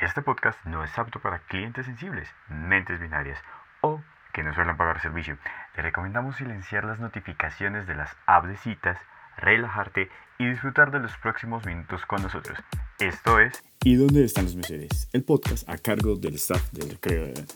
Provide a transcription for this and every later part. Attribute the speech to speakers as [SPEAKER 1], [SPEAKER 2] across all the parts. [SPEAKER 1] Este podcast no es apto para clientes sensibles, mentes binarias o que no suelen pagar servicio. Te recomendamos silenciar las notificaciones de las apps de citas, relajarte y disfrutar de los próximos minutos con nosotros. Esto es
[SPEAKER 2] ¿Y dónde están los meseros? El podcast a cargo del staff del Recreo de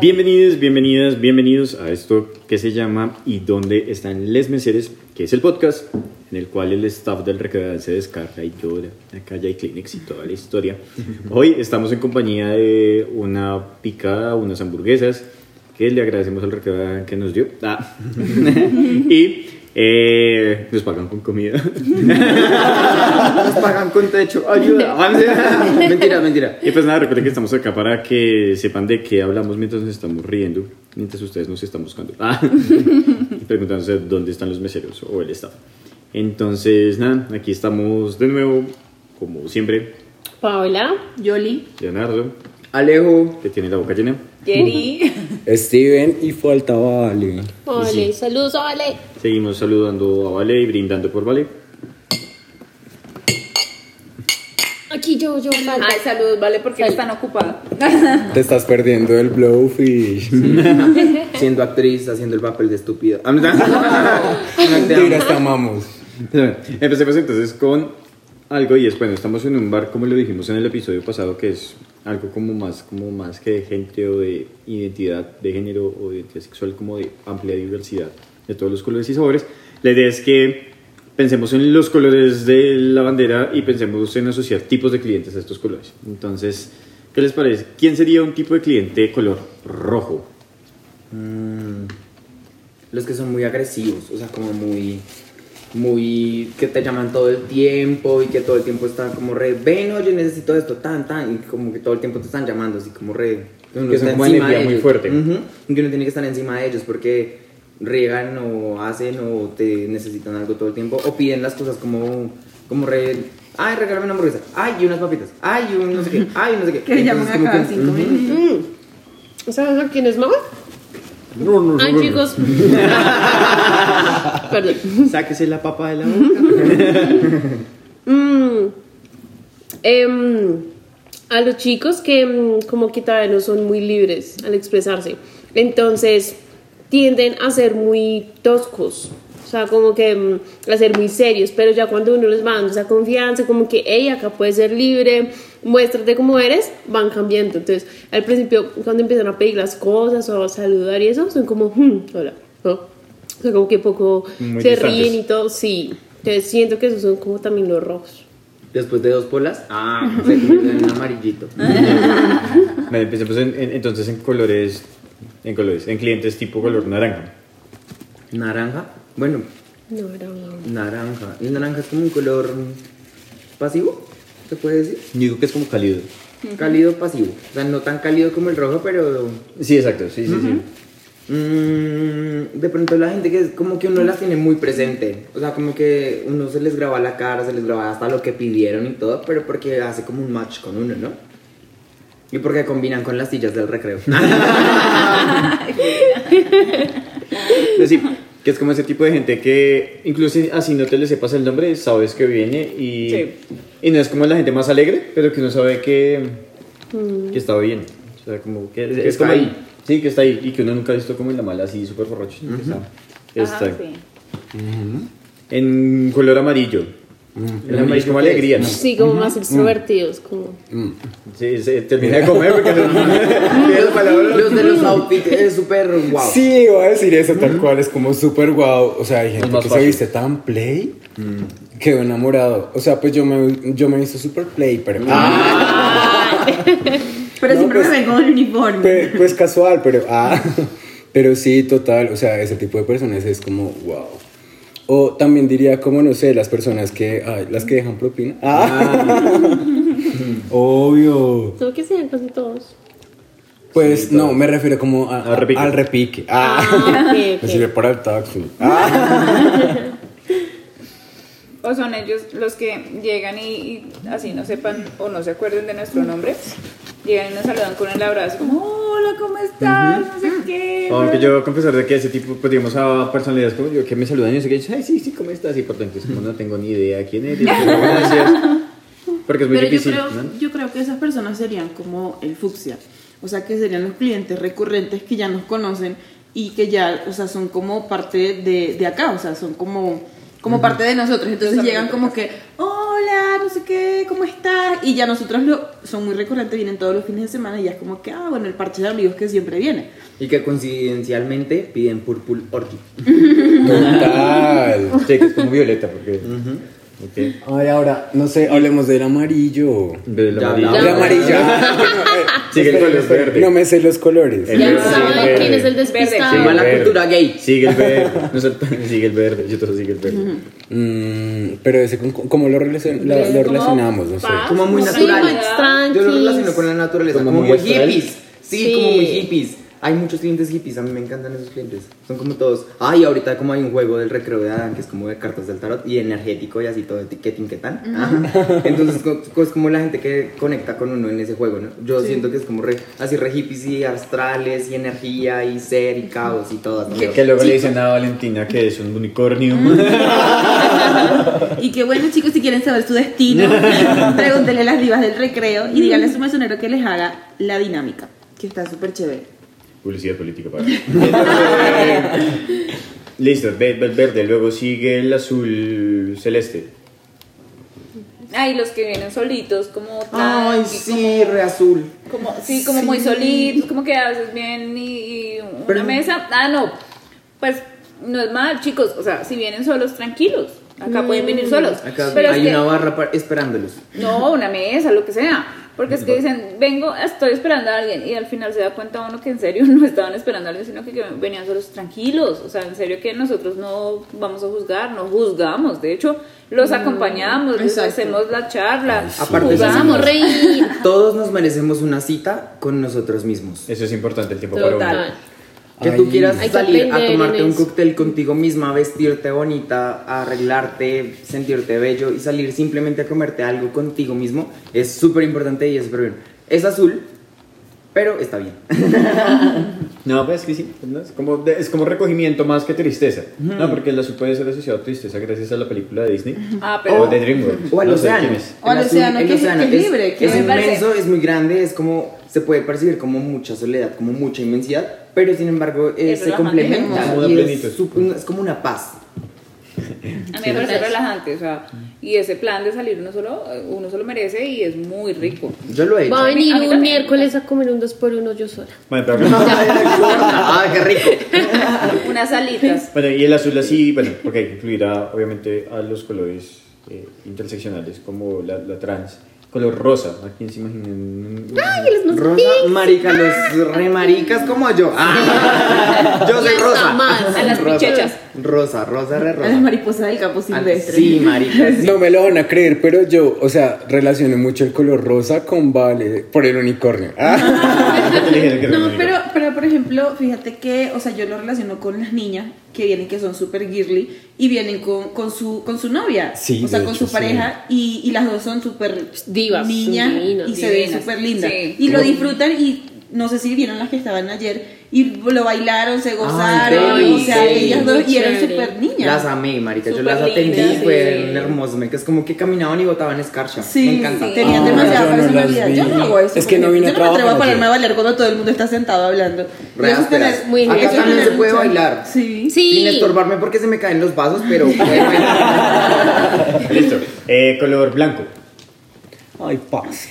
[SPEAKER 2] Bienvenidos, bienvenidas, bienvenidos a esto que se llama ¿Y dónde están les meseres? Que es el podcast en el cual el staff del recreo se descarga y llora, acá ya hay clinics y toda la historia. Hoy estamos en compañía de una picada, unas hamburguesas, que le agradecemos al recreo que nos dio. Ah. y eh, nos pagan con comida.
[SPEAKER 3] Nos pagan con techo. Ayuda. mentira, mentira.
[SPEAKER 2] Y pues nada, recuerden que estamos acá para que sepan de qué hablamos mientras nos estamos riendo, mientras ustedes nos están buscando. Ah, y preguntándose dónde están los meseros o el staff. Entonces, nada, aquí estamos de nuevo, como siempre,
[SPEAKER 4] Paola, Yoli,
[SPEAKER 2] Leonardo,
[SPEAKER 3] Alejo.
[SPEAKER 2] que tiene la boca llena.
[SPEAKER 4] Jerry,
[SPEAKER 5] Steven y faltaba Ale.
[SPEAKER 4] Ole, saludos, Ole.
[SPEAKER 2] Seguimos saludando a Vale y brindando por Vale.
[SPEAKER 4] Aquí yo, yo,
[SPEAKER 3] Ah.
[SPEAKER 4] falta.
[SPEAKER 6] Ay, saludos, vale, porque
[SPEAKER 4] Salud.
[SPEAKER 6] están ocupadas.
[SPEAKER 5] Te estás perdiendo el blowfish.
[SPEAKER 3] Siendo actriz, haciendo el papel de estúpido. Ah, no, te amo.
[SPEAKER 5] Mentiras, te amamos.
[SPEAKER 2] Empecemos entonces con algo y es bueno, estamos en un bar como lo dijimos en el episodio pasado que es algo como más como más que de gente o de identidad de género o de identidad sexual como de amplia diversidad de todos los colores y sabores. La idea es que pensemos en los colores de la bandera y pensemos en asociar tipos de clientes a estos colores. Entonces, ¿qué les parece? ¿Quién sería un tipo de cliente de color rojo?
[SPEAKER 3] Mm, Los que son muy agresivos, o sea, como muy. Muy. que te llaman todo el tiempo y que todo el tiempo están como re. Ven, oye, necesito esto, tan, tan. Y como que todo el tiempo te están llamando, así como re.
[SPEAKER 2] Son
[SPEAKER 3] que está
[SPEAKER 2] como
[SPEAKER 3] encima
[SPEAKER 2] energía
[SPEAKER 3] de
[SPEAKER 2] muy
[SPEAKER 3] ellos.
[SPEAKER 2] fuerte.
[SPEAKER 3] Ujú, y Que uno tiene que estar encima de ellos porque riegan o hacen o te necesitan algo todo el tiempo o piden las cosas como. como re. Ay, regálame una hamburguesa. Ay, y unas papitas. Ay, y un no sé qué. Ay, no sé qué.
[SPEAKER 6] Que llaman
[SPEAKER 3] Entonces,
[SPEAKER 6] a
[SPEAKER 3] como
[SPEAKER 6] cada
[SPEAKER 3] que,
[SPEAKER 6] cinco
[SPEAKER 3] ujú.
[SPEAKER 6] minutos.
[SPEAKER 4] ¿Sabes a quién es mamá?
[SPEAKER 5] No, no,
[SPEAKER 4] Ay, chicos. Perdón.
[SPEAKER 3] Sáquese la papa de la boca.
[SPEAKER 4] Mm, em, a los chicos que mm, como que todavía no son muy libres al expresarse. Entonces tienden a ser muy toscos. O sea, como que mm, a ser muy serios, pero ya cuando uno les va dando esa confianza, como que, hey, acá puedes ser libre, muéstrate cómo eres, van cambiando. Entonces, al principio, cuando empiezan a pedir las cosas o a saludar y eso, son como, "Hmm, hola, ¿no? O sea, como que poco
[SPEAKER 2] Muy
[SPEAKER 4] se
[SPEAKER 2] distantes.
[SPEAKER 4] ríen y todo, sí. Entonces siento que esos son como también los rojos.
[SPEAKER 3] Después de dos polas, ah, se convierte en un amarillito.
[SPEAKER 2] Vale, empecemos en- en- entonces en colores, en colores, en clientes tipo color naranja.
[SPEAKER 3] Naranja, bueno,
[SPEAKER 4] No, era un-
[SPEAKER 3] naranja. El naranja es como un color pasivo, se puede decir.
[SPEAKER 2] Digo que es como cálido.
[SPEAKER 3] Cálido pasivo. O sea, no tan cálido como el rojo, pero
[SPEAKER 2] Sí, exacto, sí, sí, sí.
[SPEAKER 3] mm, de pronto la gente que es como que uno las tiene muy presente. O sea, como que uno se les graba la cara, se les graba hasta lo que pidieron y todo, pero porque hace como un match con uno, ¿no? Y porque combinan con las sillas del recreo.
[SPEAKER 2] Es decir, que es como ese tipo de gente que incluso así no te le sepas el nombre, sabes que viene y, y no es como la gente más alegre, pero que uno sabe que,
[SPEAKER 6] Mm.
[SPEAKER 2] que está bien. O sea, como que, es
[SPEAKER 3] está
[SPEAKER 2] como el-
[SPEAKER 3] ahí.
[SPEAKER 2] sí, que está ahí y que uno nunca ha visto como en la mala así, súper borracho. sino que está- está
[SPEAKER 6] Ajá, sí.
[SPEAKER 2] En color amarillo. El amarillo es como
[SPEAKER 3] ¿Qué es?
[SPEAKER 2] alegría, ¿no?
[SPEAKER 4] Sí, como más extrovertidos, como...
[SPEAKER 2] Sí, se termina de comer porque
[SPEAKER 3] Los de los outfits es súper guau.
[SPEAKER 5] Sí, iba a decir eso tal cual, es como súper guau. O sea, hay gente
[SPEAKER 2] más
[SPEAKER 5] que
[SPEAKER 2] fácil.
[SPEAKER 5] se viste tan play, quedó enamorado. O sea, pues yo me, yo me he visto súper play, pero...
[SPEAKER 2] Ah.
[SPEAKER 6] Pero
[SPEAKER 5] No,
[SPEAKER 6] siempre
[SPEAKER 5] pues-
[SPEAKER 6] me ven con el uniforme.
[SPEAKER 5] Pe- Pues casual, pero ah, pero sí, total, o sea, ese tipo de personas es como wow. O también diría como no sé, las personas que ay, las que dejan propina. Ah. Obvio.
[SPEAKER 4] Tengo que ser casi todos.
[SPEAKER 5] Pues no, me refiero como a-
[SPEAKER 2] Al repique.
[SPEAKER 5] al repique. Ah.
[SPEAKER 4] Ah, ok,
[SPEAKER 5] Me sirve
[SPEAKER 4] ok.
[SPEAKER 5] para el taxi. Ah,
[SPEAKER 6] O son ellos los que llegan y, y así no sepan o no se acuerden de nuestro nombre. Llegan y nos saludan con el abrazo, como, hola, ¿cómo estás? No sé qué.
[SPEAKER 2] Aunque yo confesar de que ese tipo, pues digamos, a personalidades como yo que me saludan y no sé qué, y dicen, ay, sí, sí, ¿cómo estás? Y por tanto es como no tengo ni idea quién eres, pero gracias. Porque es muy
[SPEAKER 7] Pero yo
[SPEAKER 2] difícil.
[SPEAKER 7] creo,
[SPEAKER 2] ¿no?
[SPEAKER 7] yo creo que esas personas serían como el fucsia. O sea, que serían los clientes recurrentes que ya nos conocen y que ya, o sea, son como parte de, de acá, o sea, son como, como parte de nosotros. Entonces llegan como que, hola, no sé qué, ¿cómo estás? Y ya nosotros lo, son muy recurrentes, vienen todos los fines de semana y ya es como que, ah, bueno, el parche de amigos que siempre viene.
[SPEAKER 3] Y que coincidencialmente piden Purple Orchid.
[SPEAKER 5] Total.
[SPEAKER 2] Sí, que es como violeta, porque. Ok.
[SPEAKER 5] Ay, ahora, no sé, hablemos del amarillo.
[SPEAKER 2] De la
[SPEAKER 3] Ya
[SPEAKER 2] amarilla.
[SPEAKER 3] hablamos.
[SPEAKER 5] El amarillo.
[SPEAKER 2] Sigue el color verde.
[SPEAKER 5] No me sé los colores.
[SPEAKER 2] El
[SPEAKER 4] Ya
[SPEAKER 2] verde,
[SPEAKER 4] saben
[SPEAKER 2] verde.
[SPEAKER 4] quién es el
[SPEAKER 6] Ah,
[SPEAKER 2] Sí,
[SPEAKER 4] despistado.
[SPEAKER 3] Viva la
[SPEAKER 2] verde.
[SPEAKER 3] cultura gay.
[SPEAKER 2] Sigue el verde. Nosotros sigue el verde. Yo todo sigue el verde.
[SPEAKER 5] Mm, pero ese, con- con- ¿cómo lo, relacion- la- lo relacionamos? No sé.
[SPEAKER 3] Como muy
[SPEAKER 4] Sí,
[SPEAKER 3] natural.
[SPEAKER 4] muy tranquis.
[SPEAKER 3] Yo lo relaciono con la naturaleza.
[SPEAKER 2] Como
[SPEAKER 3] Como,
[SPEAKER 2] muy
[SPEAKER 3] muy
[SPEAKER 2] astral.
[SPEAKER 3] hippies. Sí,
[SPEAKER 4] Sí.
[SPEAKER 3] como muy hippies. Hay muchos clientes hippies, a mí me encantan esos clientes. Son como todos. Ay, ahorita como hay un juego del recreo de Adán que es como de cartas del tarot y energético y así todo etiquetín que tan. Ajá. Entonces co- co- es como la gente que conecta con uno en ese juego, ¿no? Yo siento que es como re- así re hippies y astrales y energía y ser y caos y todo. ¿no?
[SPEAKER 2] Que luego le dicen a Valentina que es un unicornio.
[SPEAKER 7] Y que bueno, chicos, si quieren saber su destino, pregúntenle a las divas del recreo y díganle a su mesonero que les haga la dinámica, que está súper chévere.
[SPEAKER 2] Publicidad política para. Entonces, Listo, ve- ve- verde. Luego sigue el azul celeste.
[SPEAKER 6] Ay, los que vienen solitos, como tan,
[SPEAKER 3] Ay,
[SPEAKER 6] que
[SPEAKER 3] sí, re azul.
[SPEAKER 6] Como, sí, como muy solitos, como que a veces vienen y, y una
[SPEAKER 3] Pero-
[SPEAKER 6] mesa. Ah, no, pues no es mal, chicos. O sea, si vienen solos, tranquilos. Acá pueden venir solos.
[SPEAKER 3] Mm. Acá
[SPEAKER 6] Pero es
[SPEAKER 3] hay
[SPEAKER 6] que-
[SPEAKER 3] una barra pa- esperándolos.
[SPEAKER 6] No, una mesa, lo que sea. Porque es que dicen, vengo, estoy esperando a alguien. Y al final se da cuenta uno que en serio no estaban esperando a alguien, sino que, que venían solos tranquilos. O sea, en serio que nosotros no vamos a juzgar, no juzgamos. De hecho,
[SPEAKER 3] Mm.
[SPEAKER 6] los acompañamos, les
[SPEAKER 7] exacto.
[SPEAKER 6] hacemos la charla,
[SPEAKER 3] Aparte, esas
[SPEAKER 6] jugamos,
[SPEAKER 3] señoras.
[SPEAKER 6] reír.
[SPEAKER 3] Todos nos merecemos una cita con nosotros mismos.
[SPEAKER 2] Eso es importante, el tiempo para uno.
[SPEAKER 4] Total.
[SPEAKER 3] Que
[SPEAKER 5] Ay.
[SPEAKER 3] tú quieras
[SPEAKER 4] Hay que
[SPEAKER 3] salir a
[SPEAKER 4] aprender
[SPEAKER 3] tomarte
[SPEAKER 4] en
[SPEAKER 3] un
[SPEAKER 4] eso.
[SPEAKER 3] cóctel contigo misma, vestirte bonita, arreglarte, sentirte bello y salir simplemente a comerte algo contigo mismo es súper importante y es súper bien. Es azul, pero está bien.
[SPEAKER 2] No, pues que sí, ¿no? es como, de- es como recogimiento más que tristeza. No, porque el azul puede ser asociado a tristeza gracias a la película de Disney.
[SPEAKER 6] Ah, pero-
[SPEAKER 2] O de DreamWorks.
[SPEAKER 3] O al
[SPEAKER 2] No sé
[SPEAKER 3] océano.
[SPEAKER 2] quién es.
[SPEAKER 7] O al
[SPEAKER 3] El azul-
[SPEAKER 7] océano,
[SPEAKER 3] el
[SPEAKER 7] que es-
[SPEAKER 3] océano
[SPEAKER 7] que es libre, que
[SPEAKER 3] es
[SPEAKER 6] me parece-
[SPEAKER 3] inmenso, es muy grande, es como se puede percibir como mucha soledad, como mucha inmensidad, pero sin embargo eh,
[SPEAKER 6] Es
[SPEAKER 3] se
[SPEAKER 6] relajante,
[SPEAKER 3] complementa
[SPEAKER 2] es como
[SPEAKER 3] y
[SPEAKER 2] una plenitud.
[SPEAKER 3] es, sup- es como una paz.
[SPEAKER 6] A mí me parece relajante, o sea, y ese plan de salir uno solo, eh, uno solo merece y es muy rico.
[SPEAKER 3] Yo lo he hecho.
[SPEAKER 4] Va a venir
[SPEAKER 6] A mí
[SPEAKER 4] un
[SPEAKER 6] también.
[SPEAKER 4] miércoles a comer un 2x1 yo sola.
[SPEAKER 2] Bueno, pero-
[SPEAKER 3] ah, qué rico.
[SPEAKER 6] Unas alitas.
[SPEAKER 2] bueno, y el azul así, bueno, porque incluirá obviamente a los colores eh, interseccionales como la, la trans. Color rosa, ¿a quién se imagina? un-
[SPEAKER 3] Rosa, marica, los remaricas como yo. Ah, yo soy
[SPEAKER 4] Las
[SPEAKER 3] rosa.
[SPEAKER 4] amas.
[SPEAKER 6] A las
[SPEAKER 3] Rosa.
[SPEAKER 6] pichechas.
[SPEAKER 3] Rosa, rosa, re
[SPEAKER 7] A las
[SPEAKER 3] rosa.
[SPEAKER 7] mariposas del campo
[SPEAKER 3] Ah,
[SPEAKER 7] silvestre.
[SPEAKER 3] Sí, marica. sí.
[SPEAKER 5] No me lo van a creer, pero yo, o sea, relaciono mucho el color rosa con vale por el unicornio. Ah,
[SPEAKER 2] Le dijeron que era
[SPEAKER 7] No,
[SPEAKER 2] un
[SPEAKER 7] pero,
[SPEAKER 2] unicornio.
[SPEAKER 7] pero por ejemplo, fíjate que, o sea, yo lo relaciono con las niñas que vienen que son súper girly y vienen con, con, su, con su novia,
[SPEAKER 5] Sí,
[SPEAKER 7] o sea,
[SPEAKER 5] de
[SPEAKER 7] con
[SPEAKER 5] hecho,
[SPEAKER 7] su pareja y, y las dos son súper
[SPEAKER 4] Divas,
[SPEAKER 7] niñas
[SPEAKER 4] son divinas,
[SPEAKER 7] y se ven
[SPEAKER 6] divinas,
[SPEAKER 7] súper lindas
[SPEAKER 6] sí.
[SPEAKER 7] y lo disfrutan y no sé si vieron las que estaban ayer y lo bailaron, se gozaron,
[SPEAKER 3] Ay,
[SPEAKER 7] o sea,
[SPEAKER 3] sí,
[SPEAKER 7] ellas dos y
[SPEAKER 4] muy
[SPEAKER 7] eran
[SPEAKER 4] chévere.
[SPEAKER 7] súper niñas.
[SPEAKER 3] Las amé, marica. Yo
[SPEAKER 6] Súper
[SPEAKER 3] las atendí,
[SPEAKER 6] lindas,
[SPEAKER 3] fueron
[SPEAKER 6] sí.
[SPEAKER 3] hermosas. Es como que caminaban y botaban escarcha.
[SPEAKER 7] Sí,
[SPEAKER 3] Me encanta.
[SPEAKER 7] sí, tenían
[SPEAKER 5] Ah,
[SPEAKER 7] demasiada
[SPEAKER 5] yo no las
[SPEAKER 7] personalidad.
[SPEAKER 5] vi.
[SPEAKER 7] yo no hago eso.
[SPEAKER 5] Es que no
[SPEAKER 7] porque
[SPEAKER 5] vine a
[SPEAKER 7] Yo no me atrevo a
[SPEAKER 5] trabajar
[SPEAKER 7] ponerme
[SPEAKER 5] ayer.
[SPEAKER 7] a bailar cuando todo el mundo está sentado hablando.
[SPEAKER 3] Re
[SPEAKER 7] Y eso es
[SPEAKER 3] ásperas.
[SPEAKER 7] tener-
[SPEAKER 4] Muy bien.
[SPEAKER 7] eso es
[SPEAKER 4] Acá
[SPEAKER 3] también
[SPEAKER 7] tener
[SPEAKER 3] se puede
[SPEAKER 7] mucha-
[SPEAKER 3] bailar.
[SPEAKER 7] Sí.
[SPEAKER 3] Sin
[SPEAKER 4] Sí.
[SPEAKER 3] estorbarme porque se me caen los vasos, pero bueno.
[SPEAKER 2] Listo. Eh, color blanco.
[SPEAKER 5] Ay, paz.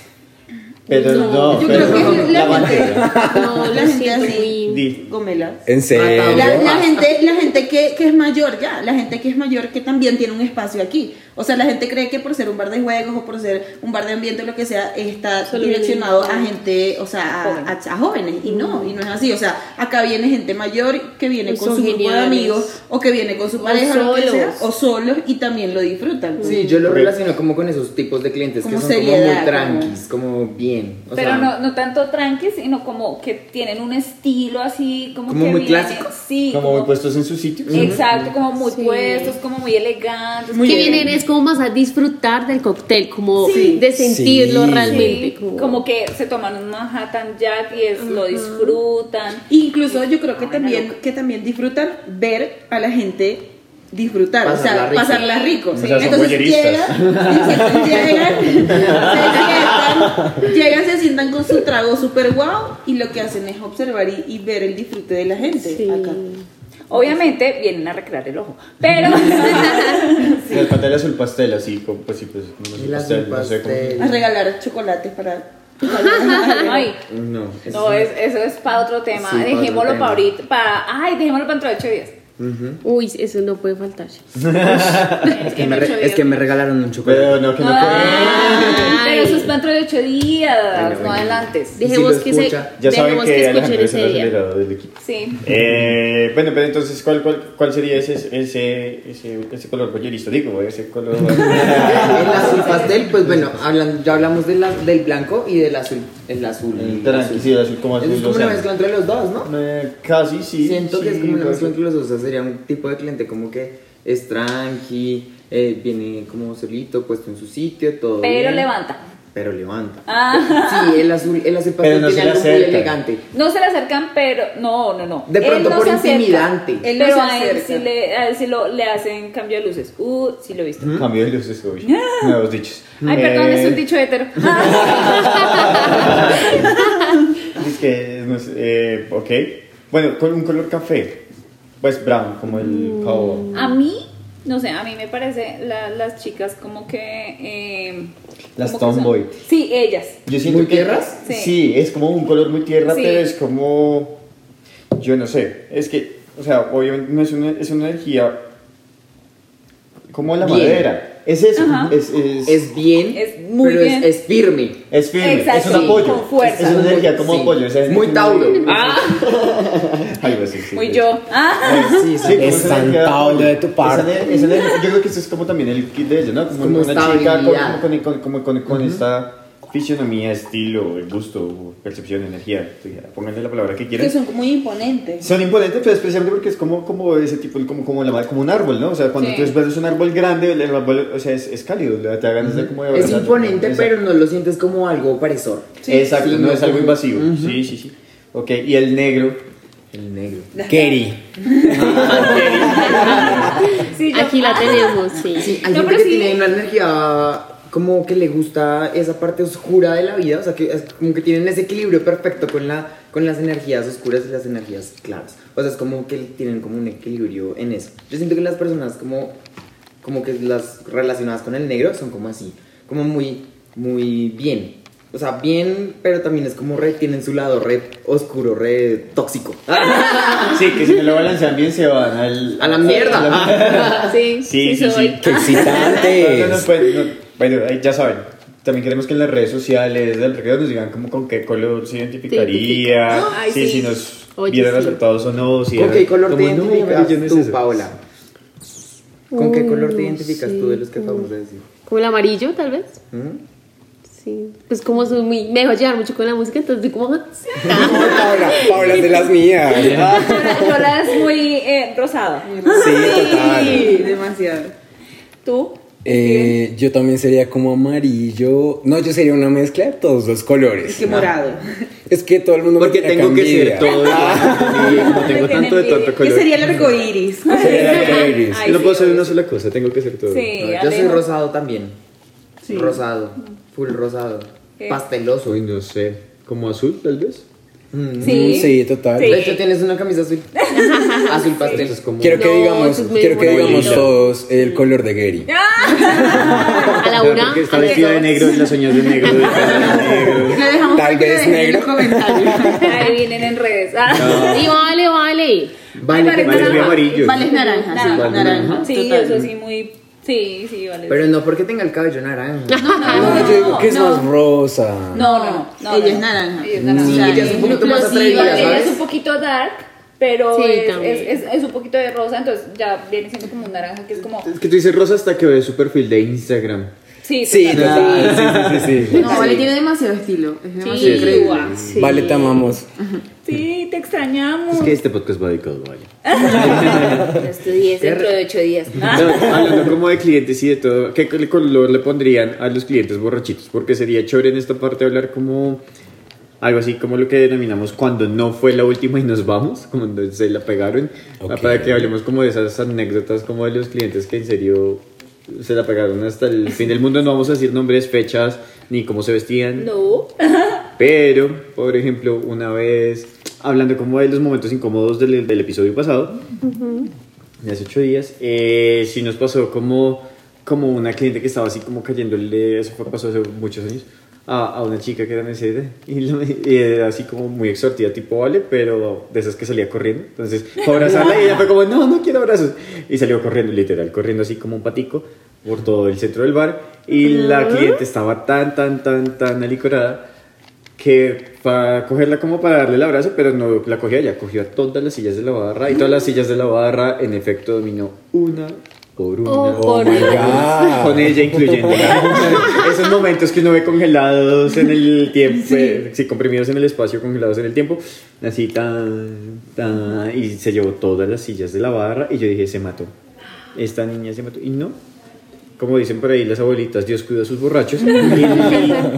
[SPEAKER 2] Pero no,
[SPEAKER 7] yo
[SPEAKER 2] pero
[SPEAKER 7] creo que la gente-
[SPEAKER 2] bandera.
[SPEAKER 4] No,
[SPEAKER 7] la
[SPEAKER 4] lo
[SPEAKER 7] gente
[SPEAKER 4] siento
[SPEAKER 7] así.
[SPEAKER 4] muy.
[SPEAKER 2] Di.
[SPEAKER 7] Gomelas.
[SPEAKER 5] ¿En serio?
[SPEAKER 7] La, la gente, la gente que, que es mayor ya, la gente que es mayor que también tiene un espacio aquí. O sea, la gente cree que por ser un bar de juegos o por ser un bar de ambiente o lo que sea, está
[SPEAKER 4] Solo
[SPEAKER 7] direccionado a gente, o sea, a, a- a jóvenes. Y no, y no es así. O sea, acá viene gente mayor que viene
[SPEAKER 4] Y
[SPEAKER 7] con
[SPEAKER 4] Pues son
[SPEAKER 7] su grupo de
[SPEAKER 4] geniales.
[SPEAKER 7] amigos o que viene con su pareja o, lo que
[SPEAKER 4] solos.
[SPEAKER 7] sea, o solos y también lo disfrutan.
[SPEAKER 3] Sí, yo lo relaciono como con esos tipos de clientes que
[SPEAKER 7] Como
[SPEAKER 3] son
[SPEAKER 7] seriedad,
[SPEAKER 3] como muy
[SPEAKER 7] como-
[SPEAKER 3] tranquis, como bien bien. O
[SPEAKER 6] Pero
[SPEAKER 3] sea,
[SPEAKER 6] no, no tanto tranqui, sino como que tienen un estilo así, como,
[SPEAKER 3] Como
[SPEAKER 6] que
[SPEAKER 3] muy
[SPEAKER 6] viene-
[SPEAKER 3] clásico,
[SPEAKER 6] Sí,
[SPEAKER 2] Como muy puestos en su sitio.
[SPEAKER 6] Exacto, como muy
[SPEAKER 4] Sí.
[SPEAKER 6] puestos, como muy elegantes.
[SPEAKER 4] que
[SPEAKER 6] como-
[SPEAKER 4] vienen es como más a disfrutar del cóctel, como
[SPEAKER 6] Sí.
[SPEAKER 4] de sentirlo
[SPEAKER 5] Sí.
[SPEAKER 4] realmente.
[SPEAKER 6] Sí, como... que se toman un Manhattan Jack y es, lo disfrutan.
[SPEAKER 7] Incluso yo creo que también, que también disfrutan ver a la gente disfrutar, o
[SPEAKER 3] Pasarla
[SPEAKER 7] sea,
[SPEAKER 3] rico.
[SPEAKER 7] pasarla rico.
[SPEAKER 2] O sea, son
[SPEAKER 7] Entonces
[SPEAKER 2] voyeristas.
[SPEAKER 7] llegan, exacto, llegan, se sientan, llegan, se sientan con su trago super guau y lo que hacen es observar y, y ver el disfrute de la gente
[SPEAKER 4] Sí.
[SPEAKER 7] acá.
[SPEAKER 6] Obviamente vienen a recrear el ojo, pero
[SPEAKER 2] Y El pastel azul pastel, así, como, pues sí, pues. no sé,
[SPEAKER 3] el azul
[SPEAKER 2] pastel, no sé, como-
[SPEAKER 7] A
[SPEAKER 3] pastel.
[SPEAKER 7] regalar chocolates para...
[SPEAKER 6] ay,
[SPEAKER 3] No, eso
[SPEAKER 6] no es, eso es para otro tema.
[SPEAKER 3] Sí, para otro
[SPEAKER 6] dejémoslo
[SPEAKER 3] tema.
[SPEAKER 6] para ahorita, para ay, dejémoslo para dentro de ocho días.
[SPEAKER 4] Uy, eso no puede faltar.
[SPEAKER 3] es, que me re- es que me regalaron un chocolate.
[SPEAKER 2] Pero no, que no
[SPEAKER 6] Ah,
[SPEAKER 4] Ay.
[SPEAKER 6] pero eso es para dentro de ocho días,
[SPEAKER 3] Bueno,
[SPEAKER 6] no
[SPEAKER 3] bueno.
[SPEAKER 6] adelante.
[SPEAKER 4] Dejemos
[SPEAKER 3] lo
[SPEAKER 4] que se,
[SPEAKER 3] escucha,
[SPEAKER 2] Ya saben
[SPEAKER 4] dejemos
[SPEAKER 2] que,
[SPEAKER 4] que, escuchen
[SPEAKER 2] Alejandro es el
[SPEAKER 4] ese día.
[SPEAKER 2] acelerado del equipo.
[SPEAKER 6] Sí.
[SPEAKER 2] Eh, bueno, pero entonces, ¿cuál, cuál, cuál sería ese, ese, ese, ese color pollerista? Digo, ese color.
[SPEAKER 3] El azul pastel, pues bueno, hablan, ya hablamos de la- del blanco y del azul. El azul.
[SPEAKER 2] El tranqui, sí, el azul como azul,
[SPEAKER 3] Es como
[SPEAKER 2] o sea.
[SPEAKER 3] una mezcla entre los dos, ¿no?
[SPEAKER 2] Eh, casi, sí.
[SPEAKER 3] Siento que
[SPEAKER 2] sí,
[SPEAKER 3] es como una
[SPEAKER 2] puede
[SPEAKER 3] mezcla
[SPEAKER 2] ser.
[SPEAKER 3] entre los dos. O sea, sería un tipo de cliente como que es tranqui, eh, viene como solito, puesto en su sitio, todo.
[SPEAKER 6] Pero
[SPEAKER 3] bien,
[SPEAKER 6] levanta.
[SPEAKER 3] Pero levanta.
[SPEAKER 6] Ah,
[SPEAKER 3] Sí, el azul, el azul pastel
[SPEAKER 2] Pero no se
[SPEAKER 3] tiene
[SPEAKER 2] le
[SPEAKER 3] algo muy
[SPEAKER 2] acerca.
[SPEAKER 3] elegante.
[SPEAKER 6] no se le acercan, pero no, no, no.
[SPEAKER 3] De
[SPEAKER 6] Él
[SPEAKER 3] pronto
[SPEAKER 6] no
[SPEAKER 3] por
[SPEAKER 6] se acerca,
[SPEAKER 3] intimidante.
[SPEAKER 7] Él no
[SPEAKER 6] pero
[SPEAKER 7] se
[SPEAKER 6] a él
[SPEAKER 7] acerca.
[SPEAKER 6] sí le, a él sí lo, le hacen cambio de luces. Uh, sí lo he visto.
[SPEAKER 2] Cambio de luces, hoy. Nuevos dichos.
[SPEAKER 3] Mm,
[SPEAKER 2] Eh,
[SPEAKER 6] Ay, perdón, es un dicho hetero.
[SPEAKER 2] Es que, no sé, eh, ok. Bueno, con un color café. Pues brown, como el
[SPEAKER 6] Mm.
[SPEAKER 2] pavo.
[SPEAKER 6] A mí, no sé, a mí me parece la- las chicas como que... eh,
[SPEAKER 2] Las
[SPEAKER 6] como que son-
[SPEAKER 2] tomboy.
[SPEAKER 6] Sí, ellas.
[SPEAKER 2] Yo siento
[SPEAKER 3] ¿Muy
[SPEAKER 2] que-
[SPEAKER 3] tierras?
[SPEAKER 6] Sí.
[SPEAKER 2] Sí. es como un color muy tierra,
[SPEAKER 6] Sí.
[SPEAKER 2] pero es como. Yo no sé. Es que, o sea, obviamente no es una, es una energía. Como la
[SPEAKER 3] Bien.
[SPEAKER 2] madera. Es eso.
[SPEAKER 6] Ajá.
[SPEAKER 2] Es, es,
[SPEAKER 3] Es bien,
[SPEAKER 6] Es muy
[SPEAKER 3] pero es-
[SPEAKER 6] bien.
[SPEAKER 3] Es, firme.
[SPEAKER 2] es firme.
[SPEAKER 6] Exacto,
[SPEAKER 2] es un
[SPEAKER 6] sí,
[SPEAKER 2] apoyo.
[SPEAKER 6] con fuerza.
[SPEAKER 2] Es una energía como
[SPEAKER 3] Sí.
[SPEAKER 2] apoyo. o sea, es
[SPEAKER 3] Muy Tauro.
[SPEAKER 2] Algo así, sí.
[SPEAKER 6] Muy
[SPEAKER 2] sí.
[SPEAKER 6] yo. Ah,
[SPEAKER 3] Sí,
[SPEAKER 2] Sí, como
[SPEAKER 5] Es
[SPEAKER 2] esa
[SPEAKER 5] San
[SPEAKER 2] energía de
[SPEAKER 5] Pablo
[SPEAKER 2] apoyo.
[SPEAKER 5] de tu parte.
[SPEAKER 2] Esa ener- esa energía- yo creo que eso es como también el kit de ellos, ¿no? Como,
[SPEAKER 3] Como
[SPEAKER 2] una chica
[SPEAKER 3] estabilidad.
[SPEAKER 2] con, con, con, con- con- con esta fisionomía, estilo, gusto, percepción, energía. Pónganle la palabra que quieran.
[SPEAKER 7] Que son muy imponentes.
[SPEAKER 2] Son imponentes, pero especialmente porque es como, como ese tipo, como, como, la, ma- como un árbol, ¿no? O sea, cuando
[SPEAKER 6] Sí.
[SPEAKER 2] tú ves- ves un árbol grande, el el árbol, o sea, es, es cálido, le- te da ganas de como de
[SPEAKER 3] Es
[SPEAKER 2] abrazarlo.
[SPEAKER 3] imponente,
[SPEAKER 2] Exacto.
[SPEAKER 3] pero no lo sientes como algo opresor.
[SPEAKER 2] Exacto,
[SPEAKER 3] Sí,
[SPEAKER 2] no es algo
[SPEAKER 3] como-
[SPEAKER 2] invasivo. Sí, sí, sí. Ok, y el negro.
[SPEAKER 3] El negro.
[SPEAKER 5] Kerry.
[SPEAKER 6] sí, yo.
[SPEAKER 4] Aquí la tenemos, sí.
[SPEAKER 3] Sí, Eh, hay
[SPEAKER 6] No,
[SPEAKER 3] gente
[SPEAKER 6] pero
[SPEAKER 3] que
[SPEAKER 6] sí.
[SPEAKER 3] tiene una energía como que le gusta esa parte oscura de la vida, o sea, que es como que tienen ese equilibrio perfecto con, la, con las energías oscuras y las energías claras. O sea, es como que tienen como un equilibrio en eso. Yo siento que las personas como, como que las relacionadas con el negro son como así, como muy, muy bien. O sea, bien, pero también es como re, tienen su lado re oscuro, re tóxico.
[SPEAKER 2] Sí, que si no lo balancean bien se van al...
[SPEAKER 3] A la mierda. Ah.
[SPEAKER 6] Sí,
[SPEAKER 2] Sí,
[SPEAKER 6] sí,
[SPEAKER 2] sí,
[SPEAKER 6] soy.
[SPEAKER 2] sí.
[SPEAKER 5] ¡Qué
[SPEAKER 2] No, no, no,
[SPEAKER 5] excitantes!
[SPEAKER 2] pues, no. Bueno, ahí ya saben. También queremos que en las redes sociales del recreo nos digan como con qué color se identificaría,
[SPEAKER 6] Identifica. Ay,
[SPEAKER 2] sí,
[SPEAKER 6] sí.
[SPEAKER 2] si nos
[SPEAKER 4] Oye,
[SPEAKER 2] vieron
[SPEAKER 4] sí.
[SPEAKER 2] resultados o no, si
[SPEAKER 3] ¿Con
[SPEAKER 2] era
[SPEAKER 3] qué color te
[SPEAKER 2] como, "No,
[SPEAKER 3] identificas
[SPEAKER 2] amarillo no es
[SPEAKER 3] tú,
[SPEAKER 2] eso".
[SPEAKER 3] Paola? ¿Con qué
[SPEAKER 4] Uy,
[SPEAKER 3] color te
[SPEAKER 4] no
[SPEAKER 3] identificas
[SPEAKER 4] sé,
[SPEAKER 3] tú de los que
[SPEAKER 4] como-
[SPEAKER 3] acabamos de decir?
[SPEAKER 4] Como el amarillo, tal vez.
[SPEAKER 3] ¿Mm?
[SPEAKER 4] Sí. Pues como soy muy, me dejo llevar mucho con la música, entonces como... sí.
[SPEAKER 5] Paula, Paula es de las mías. Ah,
[SPEAKER 6] Yo la es muy eh, rosada.
[SPEAKER 5] Sí, total.
[SPEAKER 7] Sí, demasiado.
[SPEAKER 6] ¿Tú?
[SPEAKER 5] Eh, yo también sería como amarillo. No, yo sería una mezcla de todos los
[SPEAKER 7] Es
[SPEAKER 5] colores.
[SPEAKER 7] que morado.
[SPEAKER 5] Es que todo el mundo me
[SPEAKER 2] Porque
[SPEAKER 5] tiene
[SPEAKER 2] tengo que ser
[SPEAKER 5] envidia.
[SPEAKER 2] todo. Sí, como tengo tanto de tanto
[SPEAKER 7] ¿Qué
[SPEAKER 2] color.
[SPEAKER 7] sería el arco iris?
[SPEAKER 5] Sería la que eres.
[SPEAKER 6] Ay,
[SPEAKER 2] no
[SPEAKER 6] sí,
[SPEAKER 2] puedo ser
[SPEAKER 6] oye.
[SPEAKER 2] una sola cosa, tengo que ser todo.
[SPEAKER 6] Sí,
[SPEAKER 3] No, yo soy
[SPEAKER 6] Alejo.
[SPEAKER 3] rosado también.
[SPEAKER 7] Sí.
[SPEAKER 3] Rosado. Full rosado.
[SPEAKER 6] ¿Qué?
[SPEAKER 3] Pasteloso.
[SPEAKER 2] Soy, no sé, como azul tal vez.
[SPEAKER 3] Mm.
[SPEAKER 6] Sí.
[SPEAKER 5] Mm, Sí, total.
[SPEAKER 6] Sí.
[SPEAKER 3] De hecho, tienes una camisa azul. azul pastel. Es como...
[SPEAKER 5] Quiero que
[SPEAKER 4] No,
[SPEAKER 5] digamos,
[SPEAKER 4] eso es muy
[SPEAKER 5] quiero que
[SPEAKER 4] bonito.
[SPEAKER 5] digamos todos el color de Gary.
[SPEAKER 4] A Laura.
[SPEAKER 2] Porque está
[SPEAKER 4] a
[SPEAKER 2] vestida de
[SPEAKER 4] Laura.
[SPEAKER 2] negro y las uñas de negro. y está de negro.
[SPEAKER 7] Lo
[SPEAKER 5] Tal
[SPEAKER 7] dejamos para que lo
[SPEAKER 5] vez
[SPEAKER 7] dejen en
[SPEAKER 5] negro.
[SPEAKER 7] los comentarios.
[SPEAKER 6] Ahí vienen en redes. Ah.
[SPEAKER 4] Y vale, vale.
[SPEAKER 3] Vale,
[SPEAKER 6] Vale,
[SPEAKER 3] que-
[SPEAKER 2] Vale, es muy amarillo.
[SPEAKER 7] Vale, es naranja, sí,
[SPEAKER 6] Naranja.
[SPEAKER 7] naranja.
[SPEAKER 6] Sí,
[SPEAKER 7] total.
[SPEAKER 6] eso sí, muy. Sí, sí, vale.
[SPEAKER 3] Pero no porque tenga el cabello naranja.
[SPEAKER 5] No, yo digo que es más rosa.
[SPEAKER 6] No, no, no. no,
[SPEAKER 7] Ella
[SPEAKER 6] no.
[SPEAKER 7] es naranja.
[SPEAKER 6] Ella es naranja.
[SPEAKER 7] Sí,
[SPEAKER 3] Ella es un poquito más
[SPEAKER 6] Sí,
[SPEAKER 3] atrevida,
[SPEAKER 6] vale, ella es
[SPEAKER 3] ¿sabes?
[SPEAKER 6] un poquito dark, pero
[SPEAKER 4] Sí,
[SPEAKER 6] es,
[SPEAKER 4] también.
[SPEAKER 6] es- es- es un poquito de rosa, entonces ya viene siendo como un naranja que es como.
[SPEAKER 2] Es que tú dices rosa hasta que ves su perfil de Instagram.
[SPEAKER 6] Sí,
[SPEAKER 5] Sí,
[SPEAKER 6] total.
[SPEAKER 5] total. Sí, sí, sí. sí.
[SPEAKER 7] No, Vale tiene demasiado estilo. Es demasiado
[SPEAKER 6] Sí,
[SPEAKER 7] increíble.
[SPEAKER 6] guau.
[SPEAKER 4] Sí.
[SPEAKER 5] Vale, te amamos.
[SPEAKER 6] Sí, te extrañamos.
[SPEAKER 2] Es que este podcast va dedicado a Vale.
[SPEAKER 6] Estudié dentro de ocho días.
[SPEAKER 2] No, hablando como de clientes y de todo, ¿qué color le pondrían a los clientes borrachitos? Porque sería chévere en esta parte hablar como algo así como lo que denominamos cuando no fue la última y nos vamos, cuando se la pegaron,
[SPEAKER 5] Ok.
[SPEAKER 2] para que hablemos como de esas anécdotas como de los clientes que en serio se la pegaron hasta el fin del mundo. No vamos a decir nombres, fechas, ni cómo se vestían,
[SPEAKER 6] No.
[SPEAKER 2] pero, por ejemplo, una vez, hablando como de los momentos incómodos del, del episodio pasado, de hace ocho días, eh, sí nos pasó como, como una cliente que estaba así como cayéndole, eso fue, pasó hace muchos años, a, a una chica que era mesera y, la- y era así como muy exhortiva, tipo vale, pero de esas que salía corriendo. Entonces, fue a abrazarla y ella fue como, no, no quiero abrazos. Y salió corriendo, literal, corriendo así como un patico por todo el centro del bar. Y la cliente estaba tan, tan, tan, tan alicorada que para cogerla como para darle el abrazo, pero no la cogió ella, cogió a todas las sillas de la barra y todas las sillas de la barra en efecto dominó una por una.
[SPEAKER 6] Oh,
[SPEAKER 5] Oh
[SPEAKER 6] por
[SPEAKER 5] my
[SPEAKER 6] Dios.
[SPEAKER 5] god.
[SPEAKER 2] Con ella incluyendo esos momentos que uno ve congelados en el tiempo, eh, sí. comprimidos en el espacio, congelados en el tiempo, así tan, tan, y se llevó todas las sillas de la barra y yo dije, se mató, esta niña se mató, y no, como dicen por ahí las abuelitas, Dios cuida a sus borrachos, y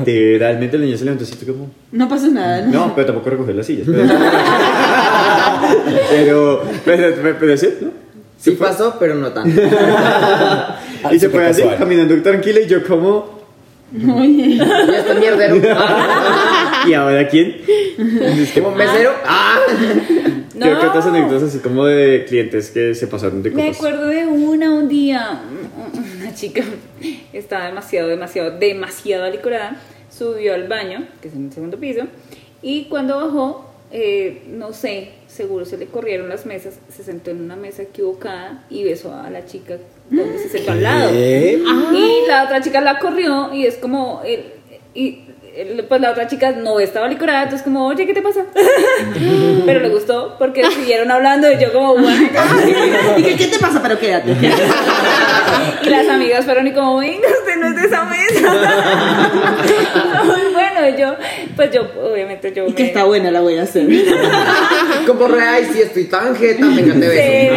[SPEAKER 2] literalmente la niña se levantó así como,
[SPEAKER 7] No pasa nada, ¿no?
[SPEAKER 2] no, pero tampoco recoger las sillas. Pero, pero, pues, pero, pero sí, ¿no?
[SPEAKER 3] Sí pasó, pero no tanto.
[SPEAKER 5] Ah,
[SPEAKER 2] Y se
[SPEAKER 5] súper
[SPEAKER 2] fue así,
[SPEAKER 5] casual.
[SPEAKER 2] caminando tranquila y yo como...
[SPEAKER 7] Oye.
[SPEAKER 3] Ya está mierdero.
[SPEAKER 2] ¿Y ahora quién? Es como
[SPEAKER 3] Mesero. Ah.
[SPEAKER 2] Creo que otras
[SPEAKER 6] No.
[SPEAKER 2] anécdotas así como de clientes que se pasaron de
[SPEAKER 6] Me
[SPEAKER 2] cosas.
[SPEAKER 6] acuerdo de una un día, una chica estaba demasiado, demasiado, demasiado alicorada, subió al baño, que es en el segundo piso, y cuando bajó, eh, no sé, seguro se le corrieron las mesas, se sentó en una mesa equivocada y besó a la chica donde se sentó al lado.
[SPEAKER 5] ¿Qué?
[SPEAKER 6] Y la otra chica la corrió y es como, el- y el- pues la otra chica no estaba licorada, entonces como, oye, ¿qué te pasa? Pero le gustó porque siguieron hablando y yo como, bueno.
[SPEAKER 7] ¿Y qué, qué te pasa? Pero quédate.
[SPEAKER 6] Y las amigas fueron y como, venga, usted no es de esa mesa. No, y bueno, yo, pues yo, obviamente yo
[SPEAKER 7] Y que
[SPEAKER 6] me...
[SPEAKER 7] está buena, la voy a hacer.
[SPEAKER 3] Como re, ay, si estoy tan jeta, venga, te
[SPEAKER 6] Sí,
[SPEAKER 3] beso.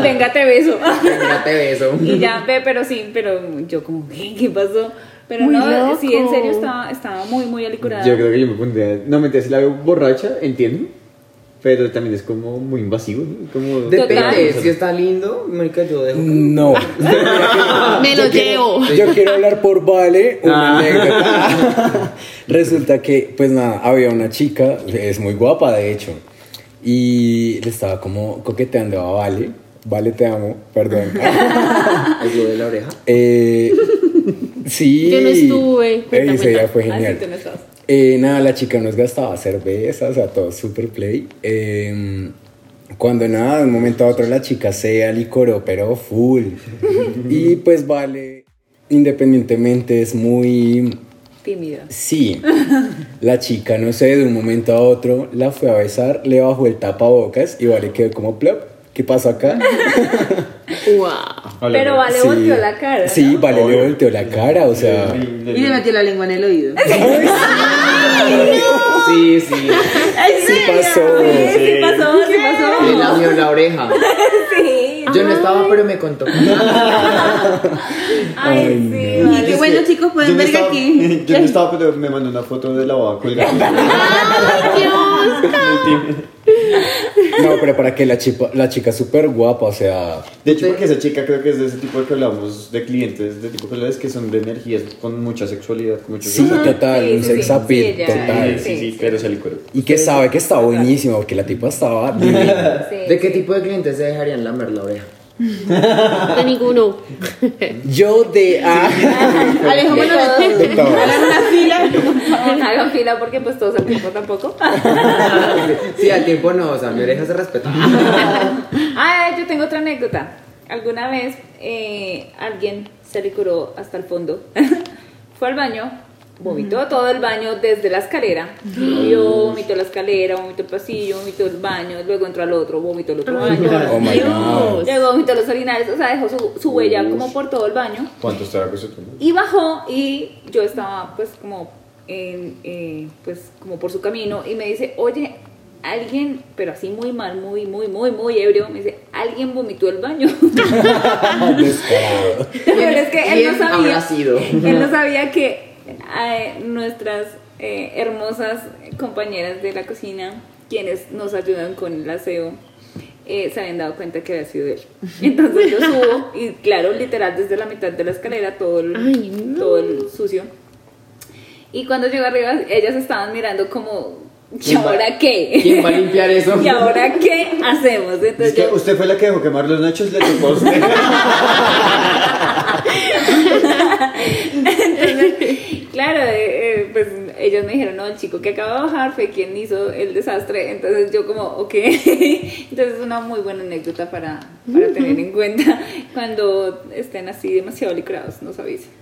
[SPEAKER 6] venga, venga, te beso.
[SPEAKER 3] Venga, te beso.
[SPEAKER 6] Y ya, ve, pero sí, pero yo como, ¿qué, qué pasó? Pero
[SPEAKER 4] Muy
[SPEAKER 6] no,
[SPEAKER 4] loco.
[SPEAKER 6] sí, en serio estaba, estaba muy, muy alicorada.
[SPEAKER 2] Yo creo que yo me pondría... No, mentira, si la veo borracha, entiendo. Pero también es como muy invasivo, ¿no? Como...
[SPEAKER 3] Depende,
[SPEAKER 6] Total.
[SPEAKER 3] si está lindo, marica, yo dejo.
[SPEAKER 5] No.
[SPEAKER 4] Me lo llevo.
[SPEAKER 5] Yo quiero hablar por Vale
[SPEAKER 3] Ah.
[SPEAKER 5] una anécdota. Resulta que, pues nada, había una chica, es muy guapa de hecho, y le estaba como coqueteando a Vale. Vale, te amo, perdón.
[SPEAKER 3] El lo de la oreja.
[SPEAKER 5] Eh, sí.
[SPEAKER 4] Yo no estuve,
[SPEAKER 5] Ey,
[SPEAKER 4] cuéntame.
[SPEAKER 5] ese día fue
[SPEAKER 6] Ah, sí,
[SPEAKER 5] genial.
[SPEAKER 6] tú no estabas.
[SPEAKER 5] Eh, nada, la chica nos gastaba cervezas, o sea, todo super play. Eh, cuando nada, de un momento a otro la chica se alicoró, pero full. y pues vale, independientemente es muy...
[SPEAKER 6] Tímida.
[SPEAKER 5] Sí, la chica, no sé, de un momento a otro la fue a besar, le bajó el tapabocas y vale quedó como plop. ¿Qué pasó acá?
[SPEAKER 4] Wow.
[SPEAKER 2] Hola,
[SPEAKER 6] Pero
[SPEAKER 2] hola.
[SPEAKER 6] vale, volteó la cara.
[SPEAKER 5] Sí,
[SPEAKER 6] ¿no?
[SPEAKER 5] vale, le volteó la cara, o sea.
[SPEAKER 7] Y le metió la lengua en el oído.
[SPEAKER 3] Sí, sí.
[SPEAKER 5] Sí pasó.
[SPEAKER 6] Sí, sí pasó, sí
[SPEAKER 3] Le
[SPEAKER 6] pasó.
[SPEAKER 3] lamió la oreja.
[SPEAKER 6] Sí.
[SPEAKER 3] Yo no estaba, pero me contó.
[SPEAKER 6] Ay, sí,
[SPEAKER 7] Y qué
[SPEAKER 6] vale.
[SPEAKER 7] bueno, chicos,
[SPEAKER 2] Yo
[SPEAKER 7] pueden
[SPEAKER 2] no
[SPEAKER 7] ver que
[SPEAKER 2] estaba-
[SPEAKER 7] aquí.
[SPEAKER 2] Yo no estaba, pero me mandó una foto de la boda colgada.
[SPEAKER 5] No, pero para que la chica, la chica es súper guapa, o sea.
[SPEAKER 2] De hecho, porque esa chica creo que es de ese tipo de que hablamos, de clientes, de tipo de clientes que son de energías con mucha sexualidad, con mucho
[SPEAKER 5] Sí, total,
[SPEAKER 6] Sí, sí,
[SPEAKER 5] un
[SPEAKER 6] sí.
[SPEAKER 5] sex
[SPEAKER 6] Sí,
[SPEAKER 5] appeal,
[SPEAKER 6] ella-
[SPEAKER 5] total.
[SPEAKER 2] Sí, sí, sí,
[SPEAKER 6] Sí,
[SPEAKER 2] pero se licuero.
[SPEAKER 5] Y que sabe que estaba buenísima, porque la tipa estaba. divina.
[SPEAKER 6] Sí,
[SPEAKER 3] ¿De qué
[SPEAKER 6] sí.
[SPEAKER 3] tipo de clientes se dejarían lamer la oreja?
[SPEAKER 4] De ninguno.
[SPEAKER 5] Yo de. ah,
[SPEAKER 7] Alejo, bueno,
[SPEAKER 5] de todo.
[SPEAKER 7] hagan una fila.
[SPEAKER 6] Hagan fila porque pues todos al tiempo tampoco.
[SPEAKER 3] Sí, al tiempo no, o sea, mi oreja se respeta.
[SPEAKER 6] Ah, yo tengo otra anécdota. Alguna vez eh, alguien se le curó hasta el fondo. Fue al baño, Vomitó todo el baño desde la escalera. Vio, vomitó la escalera, vomitó el pasillo, vomitó el baño, luego entró al otro, vomitó el otro baño.
[SPEAKER 5] Oh my God.
[SPEAKER 6] Luego vomitó los orinales, o sea, dejó su, su huella como por todo el baño.
[SPEAKER 2] ¿Cuántos tragos se tomó?
[SPEAKER 6] Y bajó y yo estaba pues como en, eh, pues como por su camino y me dice, oye, alguien, pero así muy mal, muy, muy, muy, muy ebrio, me dice, alguien vomitó el baño.
[SPEAKER 5] Descarado.
[SPEAKER 6] pero es que él
[SPEAKER 3] ¿Quién
[SPEAKER 6] no sabía.
[SPEAKER 3] habrá sido?
[SPEAKER 6] Él no sabía que eh, nuestras eh, hermosas compañeras de la cocina, quienes nos ayudan con el aseo, eh, se habían dado cuenta que había sido él. Entonces yo subo y claro, literal desde la mitad de la escalera todo el,
[SPEAKER 4] Ay, no.
[SPEAKER 6] todo el sucio. Y cuando llego arriba, ellas estaban mirando como, ¿y
[SPEAKER 3] ¿Quién va-
[SPEAKER 6] ahora qué?
[SPEAKER 3] ¿Quién va a limpiar eso?
[SPEAKER 6] ¿Y ahora qué hacemos? Entonces
[SPEAKER 2] Es que
[SPEAKER 6] yo-
[SPEAKER 2] usted fue la que dejó quemar los nachos, le tocó a usted.
[SPEAKER 6] Entonces, claro, eh, eh, pues ellos me dijeron, no, el chico que acaba de bajar fue quien hizo el desastre. Entonces yo como, ok. Entonces es una muy buena anécdota para, para tener en cuenta cuando estén así demasiado licrados, nos avisen.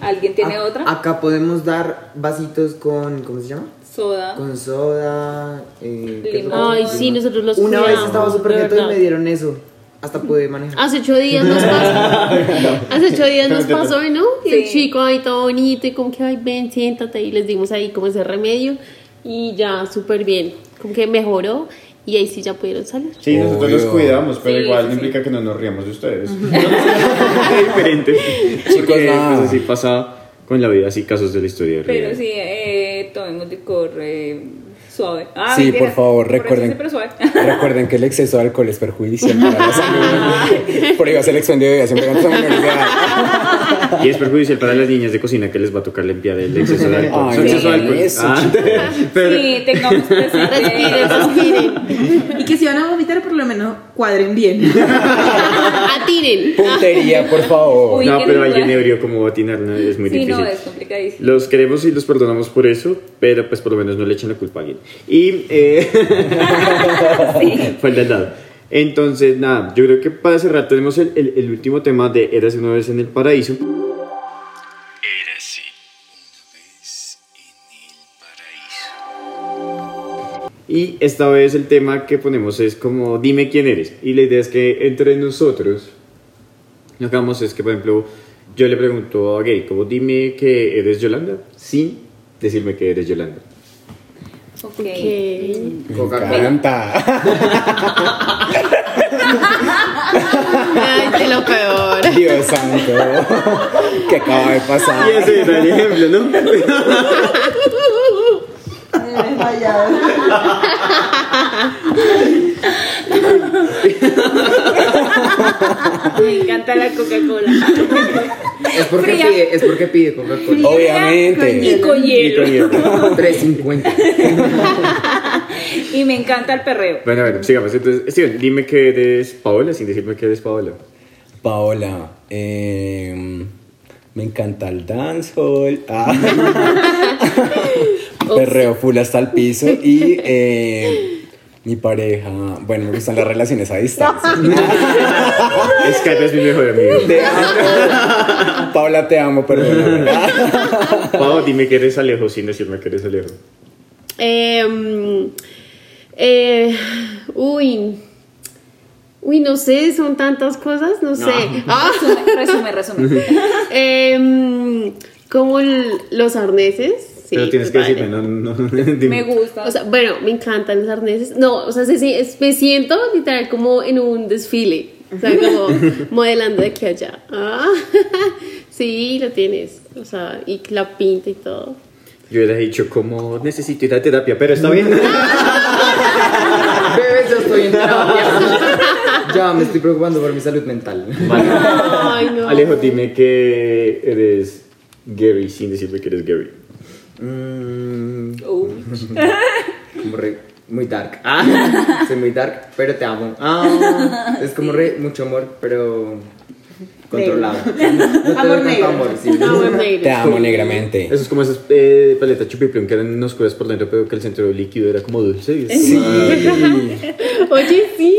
[SPEAKER 6] ¿Alguien tiene
[SPEAKER 3] A-
[SPEAKER 6] otra?
[SPEAKER 3] Acá podemos dar vasitos con, ¿cómo se llama?
[SPEAKER 6] Soda.
[SPEAKER 3] Con soda. eh, ¿qué
[SPEAKER 6] Limón.
[SPEAKER 3] otra cosa?
[SPEAKER 4] Ay, sí, nosotros los
[SPEAKER 3] Una vez
[SPEAKER 4] cuidábamos,
[SPEAKER 3] estaba
[SPEAKER 4] de
[SPEAKER 3] súper quieto y
[SPEAKER 4] verdad.
[SPEAKER 3] me dieron eso. Hasta pude manejar.
[SPEAKER 4] Hace ocho días nos pasó. Hace ocho días nos pasó, ¿no? Y el
[SPEAKER 6] Sí.
[SPEAKER 4] chico ahí todo bonito y como que, ay, ven, siéntate. Y les dimos ahí como ese remedio y ya súper bien. Como que mejoró y ahí sí ya pudieron salir.
[SPEAKER 2] Sí, nosotros
[SPEAKER 5] Obvio.
[SPEAKER 2] los cuidamos, pero
[SPEAKER 6] Sí,
[SPEAKER 2] igual
[SPEAKER 6] sí,
[SPEAKER 2] no
[SPEAKER 6] sí.
[SPEAKER 2] implica que no nos riamos de ustedes. diferente.
[SPEAKER 5] Chicos,
[SPEAKER 2] Porque,
[SPEAKER 5] nada.
[SPEAKER 2] pues, así pasa con la vida, así casos de la historia. de
[SPEAKER 6] Pero
[SPEAKER 2] real.
[SPEAKER 6] sí, eh, tomemos licor eh, suave. Ah,
[SPEAKER 5] Sí,
[SPEAKER 6] mentira.
[SPEAKER 5] por favor,
[SPEAKER 6] eso
[SPEAKER 5] recuerden.
[SPEAKER 6] sí, pero suave.
[SPEAKER 5] Recuerden que el exceso de alcohol es perjudicial para la salud. Por ello se el expendio de siempre a menores de edad.
[SPEAKER 2] Y es perjudicial para las niñas de cocina que les va a tocar limpiar el exceso de alcohol.
[SPEAKER 5] Ay,
[SPEAKER 2] Su exceso de
[SPEAKER 5] no,
[SPEAKER 2] alcohol.
[SPEAKER 5] eso,
[SPEAKER 2] Ah, pero-
[SPEAKER 6] Sí, tengamos eh, presente.
[SPEAKER 4] Respiren, respiren.
[SPEAKER 7] Y que si van a vomitar, por lo menos cuadren bien.
[SPEAKER 4] Atiren.
[SPEAKER 5] Puntería, por favor.
[SPEAKER 6] Uy,
[SPEAKER 2] no,
[SPEAKER 6] qué
[SPEAKER 2] pero
[SPEAKER 6] lengua.
[SPEAKER 2] alguien ebrio como va a atinar, no, es muy
[SPEAKER 6] Sí,
[SPEAKER 2] difícil.
[SPEAKER 6] no, es complicadísimo.
[SPEAKER 2] Los queremos y los perdonamos por eso, pero pues por lo menos no le echen la culpa a alguien. Y eh, fue el de al lado. Entonces, nada, yo creo que para cerrar tenemos el, el- el último tema de Eras una vez en el paraíso. Y esta vez el tema que ponemos es como dime quién eres. Y la idea es que entre nosotros lo que hagamos es que, por ejemplo, yo le pregunto a Gay, como dime que eres Yolanda, sin decirme que eres Yolanda.
[SPEAKER 6] Ok.
[SPEAKER 4] Que-
[SPEAKER 5] Me encanta.
[SPEAKER 4] Ay, qué lo peor.
[SPEAKER 5] Dios santo. ¿Qué acaba de pasar?
[SPEAKER 2] Y ese era el Ah, ejemplo, ¿no?
[SPEAKER 6] Ah, Me encanta la Coca-Cola.
[SPEAKER 4] Ah,
[SPEAKER 3] Es porque
[SPEAKER 6] Fría.
[SPEAKER 3] pide, es porque pide Coca-Cola.
[SPEAKER 5] Obviamente.
[SPEAKER 6] Y con
[SPEAKER 2] Y con
[SPEAKER 6] hielo.
[SPEAKER 2] hielo.
[SPEAKER 3] 3.50.
[SPEAKER 6] Y me encanta el perreo.
[SPEAKER 2] Bueno, bueno, sigamos. Entonces, Steven, dime que eres Paola sin decirme que eres Paola.
[SPEAKER 5] Paola, em, me encanta el dancehall. Ah. Perreo full hasta el piso. Y em, mi pareja. Bueno, me gustan las relaciones a distancia.
[SPEAKER 2] Es Cata es mi mejor amigo.
[SPEAKER 5] Te amo. Paola, te amo, perdón.
[SPEAKER 2] Pao, dime que eres Alejo sin decirme que eres Alejo.
[SPEAKER 4] Eh, eh, uy. Uy, no sé, son tantas cosas, no, sé. Ah,
[SPEAKER 6] Resume, resume, resume.
[SPEAKER 4] em, como el- los arneses. Sí,
[SPEAKER 2] Pero tienes que
[SPEAKER 4] total.
[SPEAKER 2] decirme, no, no, no. dime.
[SPEAKER 6] Me gusta.
[SPEAKER 4] O sea, bueno, me encantan los arneses. No, o sea, sí, sí, es- me siento literal como en un desfile. O sea, como modelando de aquí a allá. Ah, sí, lo tienes. O sea, y la pinta y todo.
[SPEAKER 2] Yo hubiera dicho, como necesito ir a terapia, pero está bien.
[SPEAKER 3] Bebes, yo estoy en terapia. Ya me estoy preocupando por mi salud mental.
[SPEAKER 4] Ay, no.
[SPEAKER 2] Alejo, dime que eres Gary sin decirme que eres Gary.
[SPEAKER 3] Mm,
[SPEAKER 6] Uy.
[SPEAKER 3] como re, muy dark. Ah, soy muy dark, pero te amo. Ah, es como re, mucho amor, pero controlado. No
[SPEAKER 7] Amor
[SPEAKER 3] tanto
[SPEAKER 7] negro.
[SPEAKER 3] amor, sí.
[SPEAKER 4] Ah, bueno,
[SPEAKER 5] Te
[SPEAKER 4] negro.
[SPEAKER 5] amo negramente.
[SPEAKER 2] Eso es como esas eh, paletas chupiplum que eran unos curas por dentro, pero que el centro líquido era como ah, dulce. y es-
[SPEAKER 4] Oye, sí.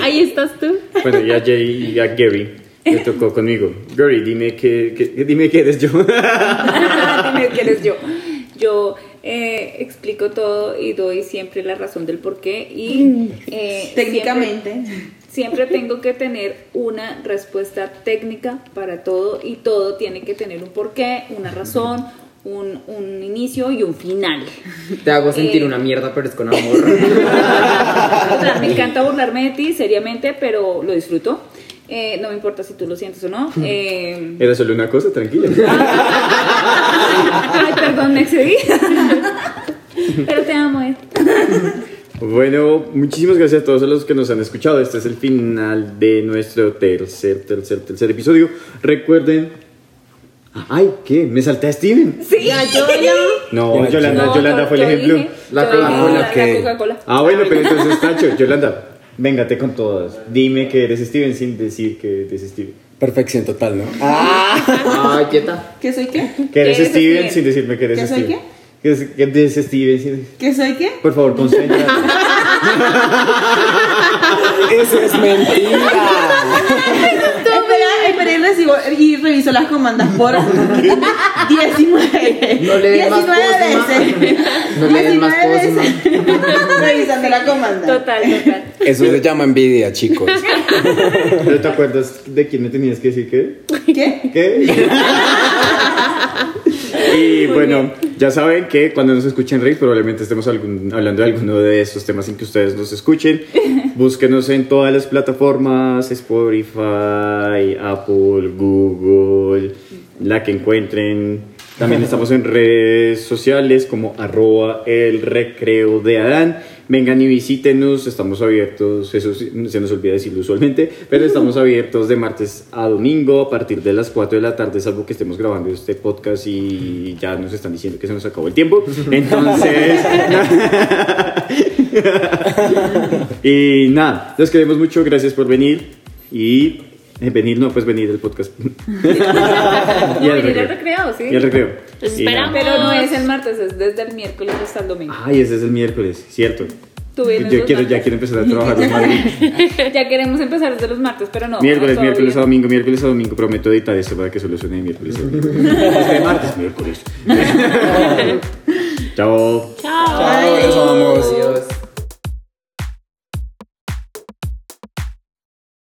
[SPEAKER 4] Ahí estás tú.
[SPEAKER 2] Bueno, y a Jay y a Gary. Me tocó conmigo. Gary, dime que, que- dime que eres yo.
[SPEAKER 6] Dime quién es yo. Yo eh, explico todo y doy siempre la razón del por qué y eh,
[SPEAKER 7] Técnicamente.
[SPEAKER 6] Siempre, siempre tengo que tener una respuesta técnica para todo y todo tiene que tener un porqué, una razón, un, un inicio y un final.
[SPEAKER 3] Te hago sentir
[SPEAKER 6] Eh.
[SPEAKER 3] una mierda, pero es con amor.
[SPEAKER 6] O sea, me encanta burlarme de ti, seriamente, pero lo disfruto. Eh, no me importa si tú lo sientes o no. Eh,
[SPEAKER 2] Era solo una cosa, tranquila.
[SPEAKER 6] ay, perdón, me excedí. Pero te amo, eh.
[SPEAKER 2] Bueno, muchísimas gracias a todos los que nos han escuchado. Este es el final de nuestro tercer, tercer, tercer episodio. Recuerden. Ay, ¿qué? Me salté a Steven.
[SPEAKER 6] Sí,
[SPEAKER 2] No,
[SPEAKER 5] Ya,
[SPEAKER 2] Yolanda,
[SPEAKER 6] No,
[SPEAKER 2] Yolanda
[SPEAKER 6] yo-
[SPEAKER 2] fue el
[SPEAKER 6] yo
[SPEAKER 2] ejemplo.
[SPEAKER 6] dije-
[SPEAKER 3] La
[SPEAKER 6] yo dije
[SPEAKER 3] Coca-Cola,
[SPEAKER 6] la-
[SPEAKER 5] ¿qué?
[SPEAKER 6] La Coca-Cola.
[SPEAKER 2] Ah, bueno, pero entonces, Tacho, Yolanda, véngate con todas. Dime que eres Steven sin decir que eres Steven.
[SPEAKER 5] Perfección total, ¿no? Ah,
[SPEAKER 3] Ay, quieta.
[SPEAKER 7] ¿Qué soy qué?
[SPEAKER 2] Que eres
[SPEAKER 6] eres
[SPEAKER 2] Steven
[SPEAKER 6] Steven?
[SPEAKER 2] sin decirme que eres
[SPEAKER 7] ¿Que soy
[SPEAKER 2] Steven. Que es- Que eres Steven sin
[SPEAKER 7] ¿Qué soy qué?
[SPEAKER 2] Por favor, concéntrate.
[SPEAKER 5] Eso es mentira.
[SPEAKER 7] Espera, espera y recibo y reviso las comandas por 19.
[SPEAKER 3] No le des más
[SPEAKER 7] 19
[SPEAKER 3] pócima.
[SPEAKER 7] veces.
[SPEAKER 3] No le des más
[SPEAKER 7] 19 veces. Revisando la comanda.
[SPEAKER 6] Total, total.
[SPEAKER 5] Eso se llama envidia, chicos.
[SPEAKER 2] ¿No te acuerdas de quién me tenías que decir qué?
[SPEAKER 7] ¿Qué?
[SPEAKER 2] ¿Qué? y bueno, ya saben que cuando nos escuchen reír, probablemente estemos algún- hablando de alguno de esos temas sin que ustedes nos escuchen. Búsquenos en todas las plataformas: Spotify, Apple, Google, la que encuentren. También estamos en redes sociales como arroba el recreo de Adán. Vengan y visítenos, estamos abiertos, eso sí, se nos olvida decirlo usualmente, pero estamos abiertos de martes a domingo a partir de las 4 de la tarde, salvo que estemos grabando este podcast y ya nos están diciendo que se nos acabó el tiempo. Entonces... y nada, los queremos mucho, gracias por venir y... eh, Venir, no, pues venir el podcast. y
[SPEAKER 6] No, venir al recreo, sí.
[SPEAKER 2] Y al recreo.
[SPEAKER 4] Los
[SPEAKER 2] Y nada.
[SPEAKER 4] esperamos.
[SPEAKER 6] Pero no es el martes, es desde el miércoles hasta el domingo.
[SPEAKER 2] Ay, ese es el miércoles, cierto.
[SPEAKER 6] Tú vienes
[SPEAKER 2] Yo
[SPEAKER 6] los
[SPEAKER 2] quiero, ya
[SPEAKER 6] martes.
[SPEAKER 2] quiero empezar a trabajar los martes.
[SPEAKER 6] Ya queremos empezar desde los martes, pero no.
[SPEAKER 2] Miércoles,
[SPEAKER 6] todavía.
[SPEAKER 2] miércoles a domingo, miércoles a domingo. Prometo editar eso para que solo suene de miércoles a domingo. Este martes, miércoles. Chao.
[SPEAKER 4] Chao.
[SPEAKER 5] Ahora vamos.
[SPEAKER 6] Adiós.